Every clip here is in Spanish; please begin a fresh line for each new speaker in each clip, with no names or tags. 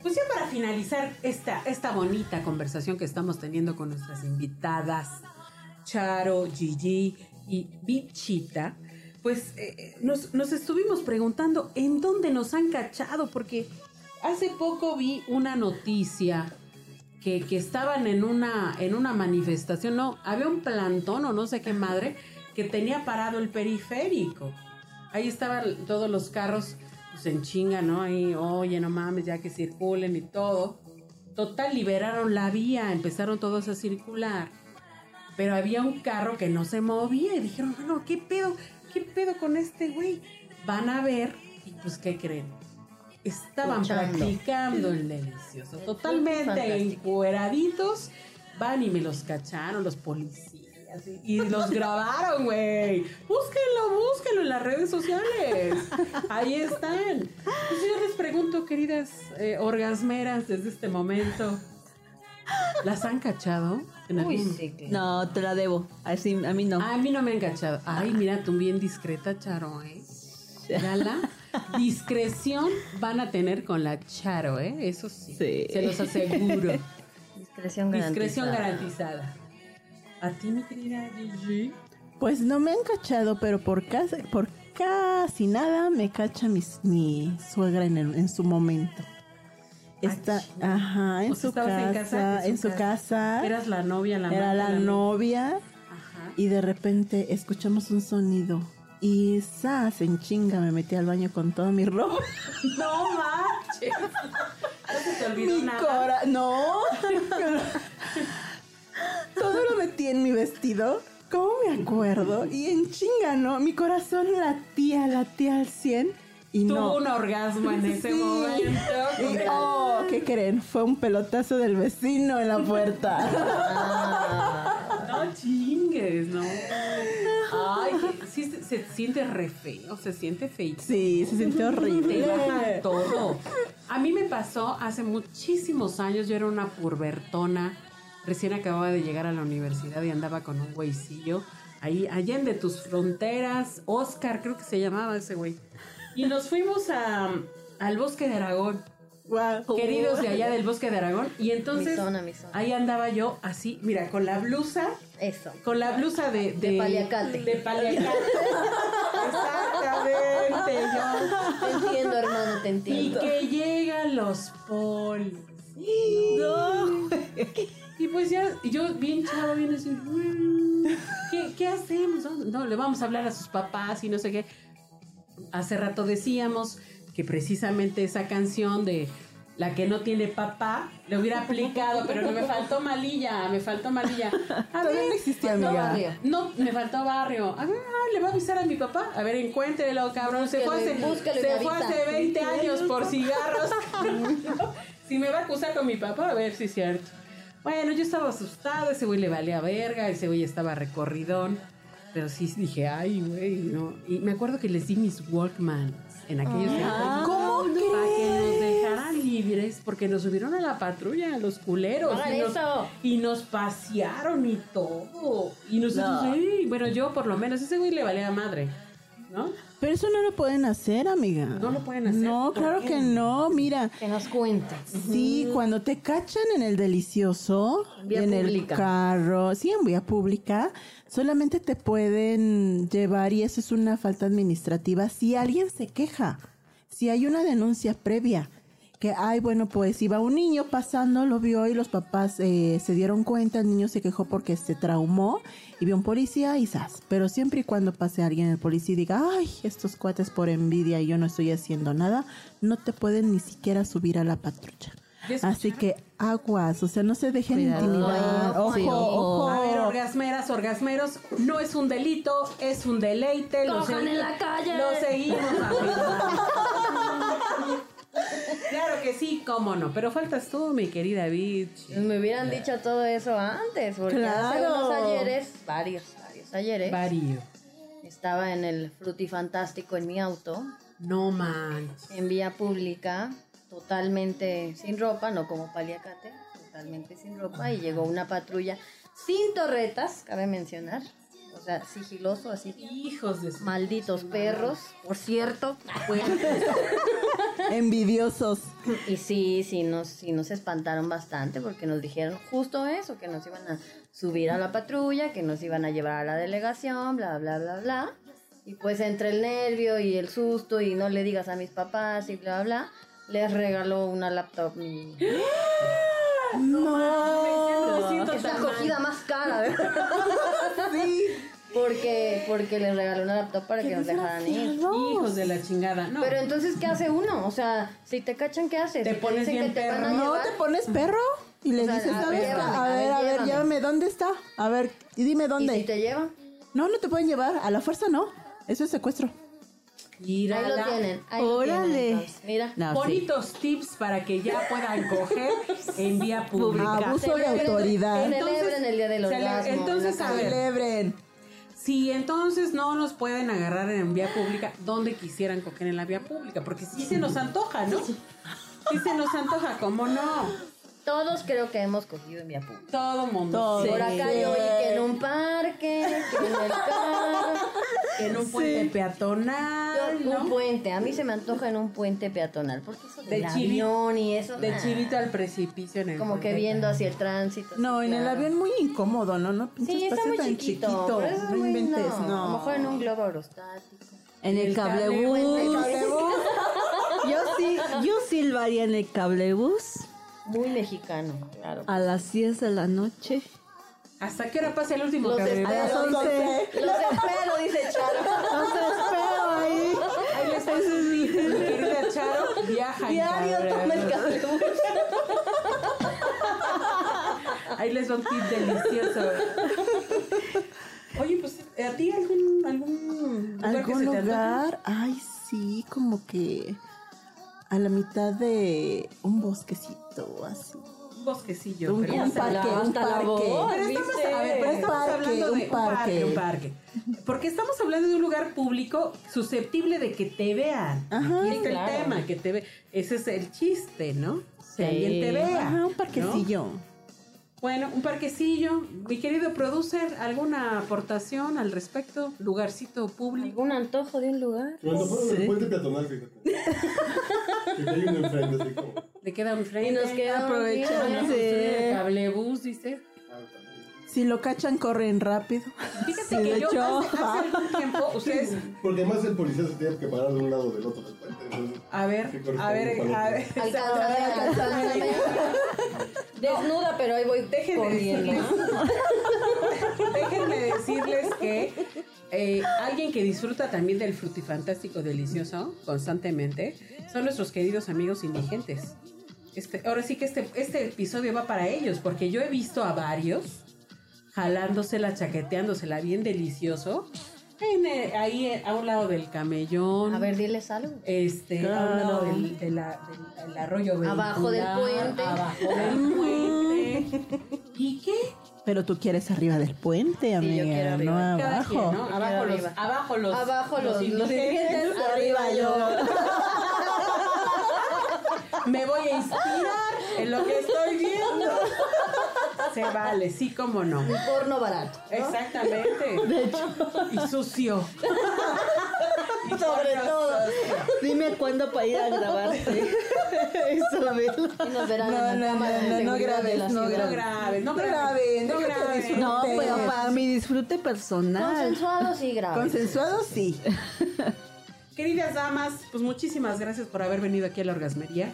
pues ya para finalizar esta, esta bonita conversación que estamos teniendo con nuestras invitadas, Charo, Gigi y Bichita, pues eh, nos, nos estuvimos preguntando en dónde nos han cachado, porque hace poco vi una noticia que, que estaban en una, en una manifestación, no, había un plantón o no sé qué madre que tenía parado el periférico. Ahí estaban todos los carros pues, en chinga, ¿no? Ahí, oye, no mames, ya que circulen y todo. Total, liberaron la vía, empezaron todos a circular. Pero había un carro que no se movía y dijeron, bueno, ¿qué pedo? ¿Qué pedo con este güey? Van a ver y pues, ¿qué creen? Estaban
Escuchando.
practicando el delicioso, totalmente
Fantástico.
encueraditos. Van y me los cacharon los policías y- y los grabaron, güey. Búsquenlo, búsquenlo en las redes sociales. Ahí están. Pues yo les pregunto, queridas eh, orgasmeras, desde este momento, ¿las han cachado? en
Uy,
algún-
sí, claro.
No, te la debo. Así, a mí no.
A mí no me han cachado. Ay, mira, tú bien discreta, Charo, ¿eh? Gala. Discreción van a tener con la Charo, ¿eh? Eso sí.
Sí.
Se los aseguro.
Discreción garantizada.
Discreción garantizada. A ti, mi querida Gigi.
Pues no me han cachado, pero por casi, por casi nada me cacha mis- mi, suegra en, el- en su momento. Está,
chinga.
ajá, en
O sea,
su
estabas
casa,
en
en,
casa, en su
su casa,
Eras la novia, la
era
amante,
la
amiga.
novia
Ajá.
y de repente escuchamos un sonido y ¡zas! en chinga me metí al baño con toda mi ropa,
No manches. No se te olvidó
mi
nada.
cora, no, todo lo metí en mi vestido. ¿Cómo me acuerdo? Y en chinga, ¿no? Mi corazón latía, latía al 100 y
Tuvo
no.
un orgasmo en ese
Sí.
momento.
Y, oh, ¿qué creen? Fue un pelotazo del vecino en la puerta.
No chingues, no. Ay, que- sí, se, se siente re feo, se siente feito.
Sí, se sintió
Te baja
horrible.
todo. A mí me pasó hace muchísimos años, yo era una purbertona, recién acababa de llegar a la universidad y andaba con un güeycillo, ahí, allá en de tus fronteras, Oscar, creo que se llamaba ese güey. Y nos fuimos a, al Bosque de Aragón,
Guau.
queridos de allá del Bosque de Aragón, y
Oh. Mi
entonces
zona, mi zona.
ahí andaba yo así, mira, con la blusa
Eso.
con la blusa de, de,
De paliacate.
De paliacate. Exactamente. yo.
Te entiendo, hermano, te
Y
entiendo.
que llegan los polis. Y pues ya, y yo bien chavo, bien así, "Güey, ¿qué, qué hacemos? No, No, le vamos a hablar a sus papás y no sé qué. Hace rato decíamos que precisamente esa canción de la que no tiene papá le hubiera aplicado, pero no me faltó malilla, me faltó malilla. A
Todavía
ver,
no existía,
faltó
amiga.
barrio. No, me faltó barrio. Ah, le va a avisar a mi papá. A ver, encuéntrelo, cabrón. Se fue hace,
Búsquelo y- búsquelo y
se
me
fue
avisa.
hace 20 años por cigarros. si me va a acusar con mi papá, a ver si es cierto. Bueno, yo estaba asustada, ese güey le valía verga, ese güey estaba recorridón. Pero sí dije, ay, güey, no. Y me acuerdo que les di mis Walkmans en aquellos
Ah.
tiempos.
¿Cómo
Para que nos dejaran libres, porque nos subieron a la patrulla, a los culeros.
No hagan
y nos-
eso.
y nos pasearon y todo. Y nosotros,
No.
"Ey", bueno, yo por lo menos, ese güey le valía madre, ¿no?
Pero eso no lo pueden hacer, amiga.
No lo pueden hacer.
No,
¿Por
claro
qué?
que no. Mira,
Que nos cuentes.
sí, cuando te cachan en el delicioso,
En vía
en
pública.
el carro, sí, en vía pública, solamente te pueden llevar y eso es una falta administrativa si alguien se queja, si hay una denuncia previa. Que, ay, bueno, pues iba un niño pasando, lo vio y los papás eh, se dieron cuenta, el niño se quejó porque se traumó y vio un policía y zas. Pero siempre y cuando pase alguien, el policía y diga, ay, estos cuates por envidia y yo no estoy haciendo nada, no te pueden ni siquiera subir a la patrulla.
¿Ya escucharon?
Así que aguas, o sea, no se dejen
Cuidado.
intimidar. Ojo,
Sí,
ojo.
A ver, orgasmeras, orgasmeros, no es un delito, es un deleite. Lo
Cojan en
segui-
la calle.
Lo seguimos, amigos. Claro que sí, cómo no. Pero faltas tú, mi querida bitch.
Me hubieran dicho todo eso antes, porque hace
Claro.
unos ayeres, varios, varios ayeres,
Vario.
estaba en el frutifantástico en mi auto,
No manches.
en vía pública, totalmente sin ropa, no como paliacate, totalmente sin ropa, y llegó una patrulla sin torretas, cabe mencionar, o sea, sigiloso, así,
Hijos de su-
malditos perros, por cierto,
Envidiosos.
Y sí, sí nos, sí nos espantaron bastante porque nos dijeron justo eso, que nos iban a subir a la patrulla, que nos iban a llevar a la delegación, bla, bla, bla, bla. Y pues entre el nervio y el susto y no le digas a mis papás y bla, bla, les regaló una laptop mi...
No, me siento
Es la
tan mal.
acogida más cara, ¿verdad? Porque, porque les regaló una laptop para que nos dejaran ir.
Hijos de la chingada. No.
Pero entonces, ¿qué hace uno? O sea, si te cachan, ¿qué haces?
Te
Si
pones
dicen
bien
que te van a
perro.
¿No
llevar,
te pones perro? Y le
O sea,
dices,
a
¿sabes?
ver,
qué?
llévame,
a ver, a ver,
llévame.
llévame, ¿dónde está? A ver, y dime
¿Y
dónde.
si te llevan?
No, no te pueden llevar, a la fuerza no. Eso es secuestro.
Mírala.
Ahí lo tienen. Ahí lo
Órale.
tienen, entonces. Mira.
No, sí.
Bonitos tips para que ya puedan coger en vía pública.
Abuso de
Celebren-
autoridad.
Celebren el día del
Cele-
orgasmo.
entonces, a ver,
Celebren.
Si entonces no nos pueden agarrar en vía pública, ¿dónde quisieran coger en la vía pública? Porque sí se nos antoja, ¿no? Sí se nos antoja, ¿cómo no?
Todos creo que hemos cogido en vía pública.
Todo mundo.
Todo.
Sí.
Por acá yo oí que en un parque, que en el carro,
En un puente peatonal,
yo- un
¿no?
puente. A mí se me antoja en un puente peatonal, porque eso del
De chivi-
avión y eso.
De
nah,
chivito al precipicio en el
Como que
puente.
viendo hacia el tránsito.
No,
así,
en el
claro.
avión muy incómodo, ¿no? No pinches
Sí, está
espacio
muy
tan
chiquito. pero eso es
No
muy-
inventes, no.
A lo mejor en un globo aerostático.
En el
cablebús.
cablebús. Yo sí, yo silbaría en el cablebús
Muy mexicano, claro.
Ah,
a las 10 de la noche.
¿Hasta qué hora pasa el último
Los
cabrón?
espero,
A las
dice-
11.
Los espero, dice Charo.
¿eh?
Ahí les doy sus tips, mi querida Charo, viaja en
Diario
cabrón.
toma el cablebús.
Ahí les va un tip delicioso. Oye, pues, ¿a ti algún, algún lugar que
¿Algún
se te antoje?
lugar? Ay, sí, como que a la mitad de un bosquecito, así.
Un bosquecillo.
un,
pero-
un
hasta la-
parque, un
hasta la voz,
Pero
parque.
estamos,
¿viste?
a ver, pero
Un
estamos
parque,
hablando de
un
un parque,
parque.
un parque. Porque estamos hablando de un lugar público susceptible de que te vean.
Ajá.
Aquí está
Claro.
el tema, que te ve. Ese es el chiste, ¿no?
Sí.
Que alguien te vea.
Ajá, un
¿no?
parquecillo.
Bueno, un parquecillo. Mi querido producer, ¿alguna aportación al respecto? Lugarcito público.
¿Algún antojo de un lugar?
Cuando fueron en el puente peatonal, fíjate. que hay uno enfrente, así como.
Le queda un frente.
Y nos queda un
Bueno,
día.
pues, el cablebús, dice.
eh. Si lo cachan, corren rápido.
Fíjate que yo hace, hace algún tiempo, ustedes
Porque además el policía se tiene que parar de un lado del otro del puente. entonces-
A ver, a ver, a ver.
Alcánzame, alcánzame. Desnuda, pero ahí voy
Dejen de
corriendo.
decirles, déjenme decirles que eh, alguien que disfruta también del frutifantástico delicioso constantemente son nuestros queridos amigos indigentes. Este, ahora sí que este, este episodio va para ellos, porque yo he visto a varios jalándosela, chaqueteándosela bien delicioso, en, eh, ahí eh, a un lado del camellón.
A ver, diles algo.
Este,
Claro.
a un lado del, de la- del- del arroyo
Abajo del
vehicular,
puente.
Abajo del puente. ¿Y qué?
Pero tú quieres arriba del puente, amiga,
yo quiero
no
arriba.
Cada
Ah, abajo.
quien, ¿no?
Yo
Abajo
quiero
los,
arriba.
abajo los.
Abajo los- los
indigentes,
arriba
Me voy a inspirar en lo que estoy viendo. Se vale, sí, cómo no.
Porno barato.
Exactamente. De hecho. Y sucio. Y
Sobre
porno
todo.
sucio.
Dime cuándo para ir a grabarte. Isabel.
Y nos verán
No,
en la
no,
cámara
no,
de
no
seguridad de la
grabes, no
No
ciudad.
graben, no
No
graben,
graben,
no
déjate de
graben.
su-
No,
Ustedes.
pero para mi disfrute personal.
Consensuado sí grave.
Consensuado, sí.
Queridas damas, pues muchísimas gracias por haber venido aquí a la orgasmería.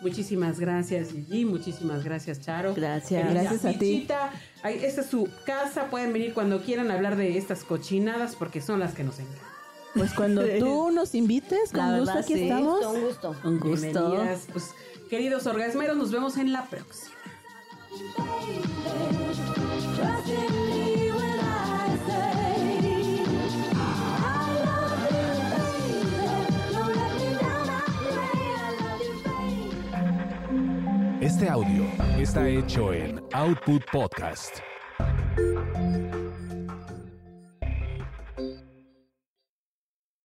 Muchísimas gracias, Gigi. Muchísimas gracias, Charo.
Gracias.
Querida
Gracias a ti.
Michita, ay, Esta es su casa. Pueden venir cuando quieran a hablar de estas cochinadas porque son las que nos encantan.
Pues cuando tú nos invites,
La
con gusto
verdad,
aquí
sí.
Un
estamos.
gusto, un gusto.
Un gusto.
Bienvenidas. Pues, queridos orgasmeros, nos vemos en la próxima.
Trust in me when I say I love you, baby. Don't let me down. I pray I love you, baby.
Este audio está hecho en Output Podcast.